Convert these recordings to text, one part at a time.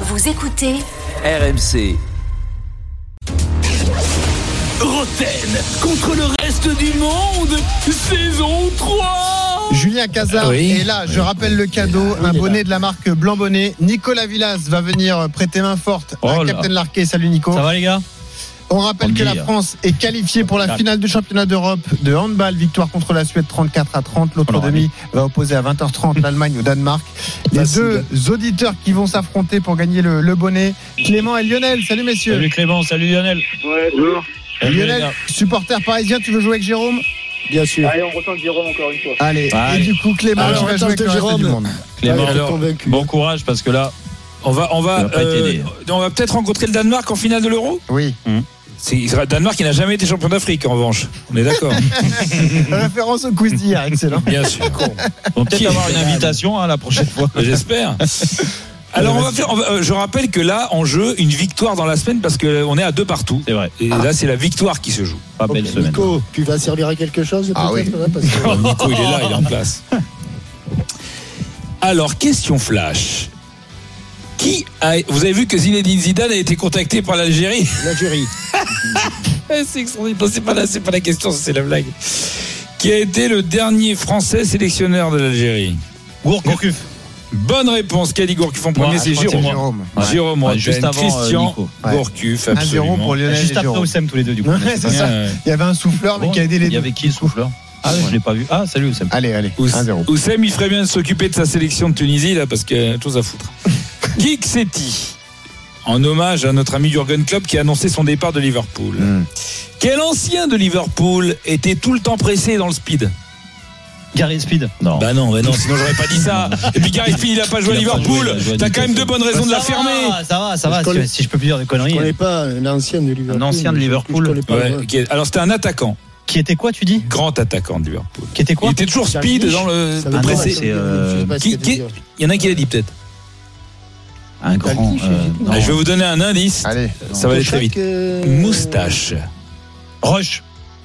Vous écoutez RMC. Roten contre le reste du monde, saison 3 Julien Cazard Oui. est là. Je rappelle le cadeau, un bonnet de la marque Blanc Bonnet. Nicolas Villas va venir prêter main forte Oh à là. Captain Larquet. Salut Nico. Ça va les gars On rappelle On que dit, la hein. France est qualifiée pour la Tac. finale du championnat d'Europe de handball. Victoire contre la Suède 34 à 30. L'autre On l'aura demi va opposer à 20h30 l'Allemagne au Danemark. Il y a deux Facile. auditeurs qui vont s'affronter pour gagner le, le bonnet. Clément et Lionel. Salut messieurs. Salut Clément, salut Lionel. Ouais, bonjour. Salut, les Lionel, gars. supporter parisien, tu veux jouer avec Jérôme Bien sûr. Allez, on retente Jérôme encore une fois. Allez. Allez. Et du coup, Clément, Alors, tu vas on jouer tente avec le reste Jérôme. du monde. Clément, Ouais, alors, convaincu. bon courage parce que là, On va, on Il va, va pas hein. euh, t'aider. on va peut-être rencontrer le Danemark en finale de l'Euro. Oui. C'est il sera- Danemark qui n'a jamais été champion d'Afrique en revanche. On est d'accord. Référence au quiz d'hier. Excellent. Bien sûr. on va peut-être Qui- avoir une invitation hein, la prochaine fois. J'espère. Alors on va faire. on va- euh, je rappelle que là en jeu une victoire dans la semaine parce que on est à deux partout. C'est vrai, Et là c'est la victoire qui se joue. pas belle semaine. Nico, tu vas servir à quelque chose Ah peut-être, là, parce que- Nico il est là, il est en place. Alors question flash. Qui a, vous avez vu que Zinedine Zidane a été contacté par l'Algérie L'Algérie. Ouais, C'est extraordinaire. Non, C'est pas, la- c'est pas la question, c'est la blague. Qui a été le dernier français sélectionneur de l'Algérie Gourcuff. Bonne réponse, qu'a dit Gourcuff en premier Moi, C'est Ah, je crois que Jérôme. c'est Jérôme. Ouais. Jérôme Ouais, Rotten, juste avant, euh, Christian Nico. Ouais. Gourcuff, 1-0 absolument. pour Lionel Juste et après Jérôme. Oussem tous les deux du coup. Ouais, c'est ça. Ouais. Il y avait un souffleur, mais Bon, qui a aidé les Il y deux. avait qui le souffleur Ah je l'ai pas vu. Ah salut Oussem. Allez, allez, Ous- 1-0. Oussem, il ferait bien de s'occuper de sa sélection de Tunisie, là, parce qu'il y a chose à foutre. Kiksetti, en hommage à notre ami Jurgen Klopp qui a annoncé son départ de Liverpool. Mm. Quel ancien de Liverpool était tout le temps pressé dans le speed Gary Speed. Non. Bah non, bah non, sinon j'aurais pas dit ça. Et puis Gary Speed, il a pas joué à Il a pas joué, Liverpool. il a joué à T'as quand même Newcastle. deux bonnes raisons de la Bah, Ça va, fermer. Ça va, ça va. Je si- connais- Si je peux plus dire de Je conneries. connais pas l'ancien de Liverpool. Un ancien de mais je- Liverpool. Je connais pas. Ouais, ouais. ok. Alors c'était un attaquant, Qui était quoi tu dis grand attaquant de Liverpool. Qui était Il quoi était toujours speed Grealish, dans le Ça veut Ah dire- non, pressé. c'est, euh, je sais pas ce qui- que ça veut qui- dire. Il y en a un qui l'a dit peut-être. Un grand. euh, Galtier, je sais pas. non. Ah, Je vais vous donner un indice. Allez. Ça va aller très Chaque, vite. euh, Moustache. Rush.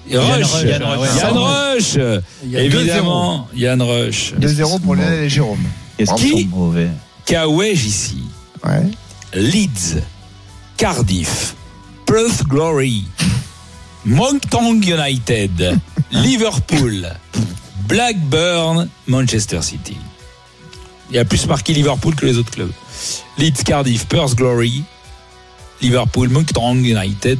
Et Rush. Rush, Yann Rush. Yann Rush. il y a- Évidemment, Yann Rush. 2-0 pour Lionel et Jérôme. Qu'est-ce Qui qu'ils sont mauvais Kawège ici. Ouais. Leeds, Cardiff, Perth Glory, Moncton United, Liverpool, Blackburn, Manchester City. Il a plus marqué Liverpool que les autres clubs. Leeds, Cardiff, Perth Glory, Liverpool, Moncton United.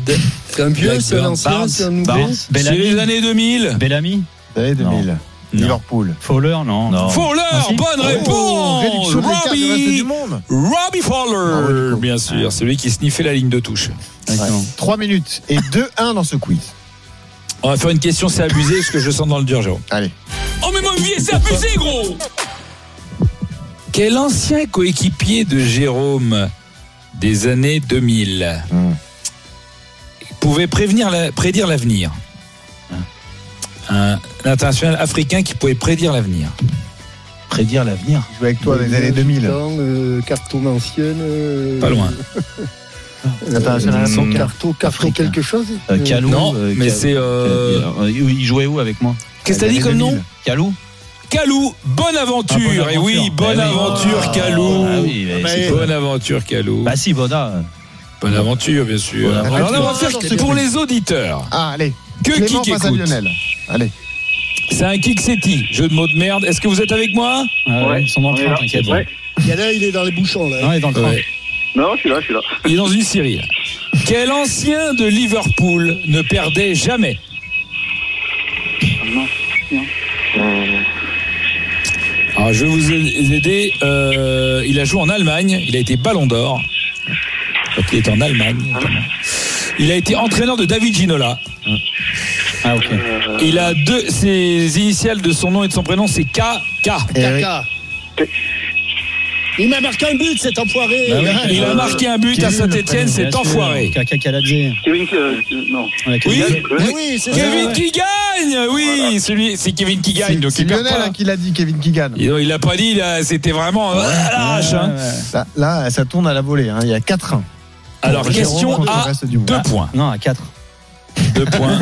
C'est un vieux, c'est Blackburn, un ancien, c'est un nouveau. Barnes, C'est les Bellamy. années 2000. Bellamy. Allez, 2000. Liverpool. Fowler non. Non. Fowler, Ah, si. bonne Oh, réponse. réduction de l'écart du reste du Robbie, monde. Robbie Bravo, Fowler, Nico. bien sûr, celui qui sniffait la ligne de touche. Exactement. 3 minutes et 2-1 dans ce quiz. On va faire une question, c'est abusé, parce que je le sens dans le dur, Jérôme. Allez. Oh, mais mon vieil, c'est abusé, gros Quel ancien coéquipier de Jérôme des années 2000 Hum. Hmm. pouvait prévenir la- prédire l'avenir un, un international africain qui pouvait prédire l'avenir. Prédire l'avenir. Je joue avec toi dans les années 2000. Temps, euh, carton ancienne. euh, Pas loin. euh, International son Mmh. africain. Carton, carton Afrique. quelque chose. Euh, euh, Calou. non, euh, mais Cal- c'est. euh, Euh, Il jouait où avec moi Qu'est-ce que t'as dit comme nom Calou Calou, bonne aventure. Ah, Bonaventure. Et oui, bonne Eh oui. aventure, Ah, Calou. ah oui, mais c'est bonne aventure, Calou. Bah si, Boda. bonne aventure, bien sûr. Bonne aventure. Alors là, on va faire Ah, que- pour les auditeurs. Ah, allez. Que Clément qui face à écoute Lionel. Allez. C'est un kick setti. Jeu de mots de merde. Est-ce que vous êtes avec moi Euh, Ouais, Ils sont dans on le est train, là. t'inquiète. Ouais. Il y en a, il est dans les bouchons, là. hein. Non, il est dans le train. Ouais. Non, je suis là, je suis là. Il est dans une série. là. Quel ancien de Liverpool ne perdait jamais Alors, Ah, je vais vous aider. Euh, il a joué en Allemagne. Il a été Ballon d'Or. Donc, il est en Allemagne. notamment. Il a été entraîneur de David Ginola. Ah ok. Il a deux. Ses initiales de son nom et de son prénom, c'est KK. Eh Caca. Il m'a marqué un but, cet enfoiré. Bah ouais. Il Euh, a marqué un but à Saint-Etienne. C'est enfoiré. Kaka Kaladze. Kevin, euh, euh, non. Oui. Ah, Mais oui, c'est ça. Kevin qui gagne Oui, celui, c'est Kevin qui gagne. C'est Donc c'est il perd Lionel pas. hein, qui l'a dit, Kevin Keegan. Il il l'a pas dit, là, c'était vraiment euh, à l'arrache. hein. Là, là, ça tourne à la volée. hein. Il y a 4-1. Alors, Jérôme question contre le à reste du monde. deux points. Non, à 4. Deux points.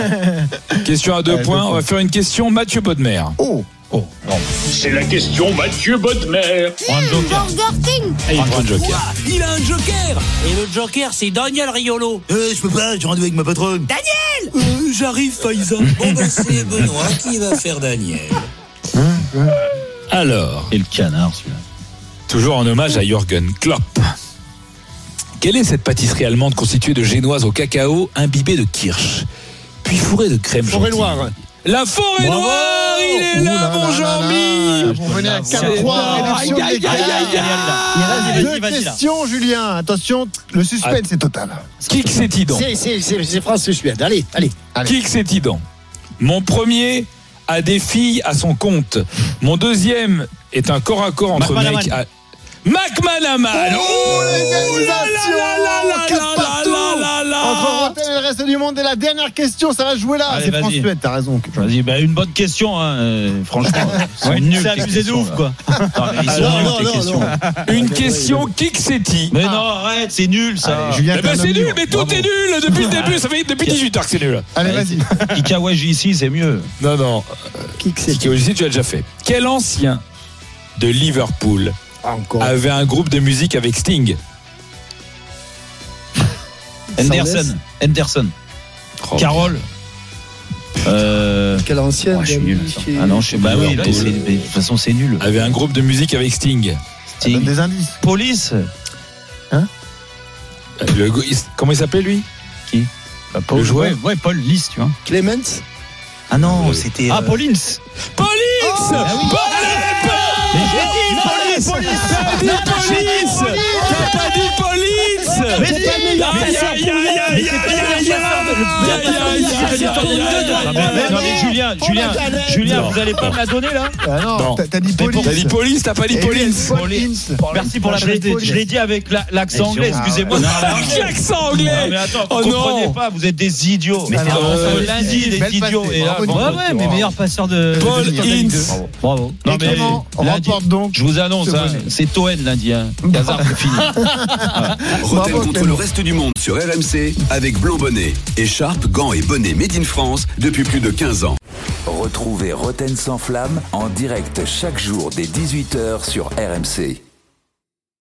question à deux Ouais, deux points. On points. va faire une question Mathieu Bodmer. Oh Oh, non. C'est la question Mathieu Bodmer. Prends un joker. Prends un joker. Il a un joker Et le Joker, c'est Daniel Riolo. euh, Je peux pas, j'ai rendez-vous avec ma patronne. Daniel J'arrive, Faiza. Bon, ben, c'est Benoît qui va faire Daniel. Alors, Et le canard, celui-là. toujours en hommage à Jürgen Klopp. Quelle est cette pâtisserie allemande constituée de génoises au cacao imbibée de kirsch, puis fourrée de crème Forêt chantilly Noire. La forêt Bravo noire, il est Ouh là, là mon là là là. Jean-Mi Vous venez à C'est- 4-3, Aïe, aïe, réduction de aïe, aïe, l'écart. aïe, aïe. Deux Vas-y, vas-y, là. questions, Julien. Attention, le Ah. suspense est total. Qui que c'est donc C'est, c'est, c'est, c'est France-Suède. Allez, allez. Allez. Qui que c'est Idan Mon premier a des filles à son compte. Mon deuxième est un corps à corps entre Mac mecs. À... Mac Manaman Oh là L'égalisation, là là là quatre là Oh, partout. là là Entre là Rotten et le reste du monde. Et la dernière question, ça va jouer là. Allez, C'est vas-y. France-Suède, t'as raison. Vas-y, bah, une bonne question, hein, euh, franchement. Ouais. C'est abusé de ouf, quoi. ils sont non, nuls, non, Ah, tes non, questions. Une question qui que c'est Mais non, arrête, c'est nul, ça. Allez, Julien, Eh t'es un ben c'est homme nul, libre. mais tout Bravo. est nul depuis le début, ça fait depuis 18 heures que c'est nul. Allez, vas-y. Ikawaji ici, c'est mieux. Non, non. Qui que c'est tu l'as déjà fait. Quel ancien de Liverpool Encore. avait un groupe de musique avec Sting Henderson. Henderson. Oh, Carole. Euh. Quelle ancienne. oh, je suis nul. Ah, ça. Ah non, je sais Bah pas. oui, oui, là, mais c'est- c'est- mais de toute façon, c'est nul. avait un groupe de musique avec Sting. Donne Sting. des indices. Police. Euh, le go- il s- comment il s'appelait lui Bah, Paul. Le joueur. Ouais, ouais, Paul Lys, tu vois. Clemens Ah non, c'était. Ah, Paulins. Police Bonne Mais réponse j'ai dit Paulins. T'as dit police T'as pas dit police Mais dis- Aïe, aïe, aïe, aïe, aïe, aïe, aïe, aïe, aïe, aïe, aïe, aïe, Ah, aïe, mais- aïe, aïe, mais- aïe. Non, mais Julien, Julien, Julien, Non. vous allez pas me la donner là Ah Non. non, t'as- t'as dit Mais police. T'as dit police, t'as pas dit Et police police. Merci pour la Je l'ai dit. présentation. Je l'ai dit avec la- l'accent Et anglais, sur- excusez-moi. Quel accent Non, anglais mais attends, Oh vous non. comprenez pas, vous êtes des idiots. Mais Alors, t'es un passé. euh, lundi, les Belle idiots. passée. Et là, Bravo, vendredi. Nicolas. Bravo. passeur de. Paul de- Ince. Bravo. Et Clément lundi, remporte donc. je vous annonce, ce hein, bonnet. c'est Toen lundi. Hein. Hazard, c'est fini. Roten ben, Bravo, contre Clément. le reste du monde sur RMC avec Blanc-Bonnet, écharpe, gants et bonnet made in France depuis plus de 15 ans. Retrouvez Roten sans flamme en direct chaque jour dès 18h sur RMC.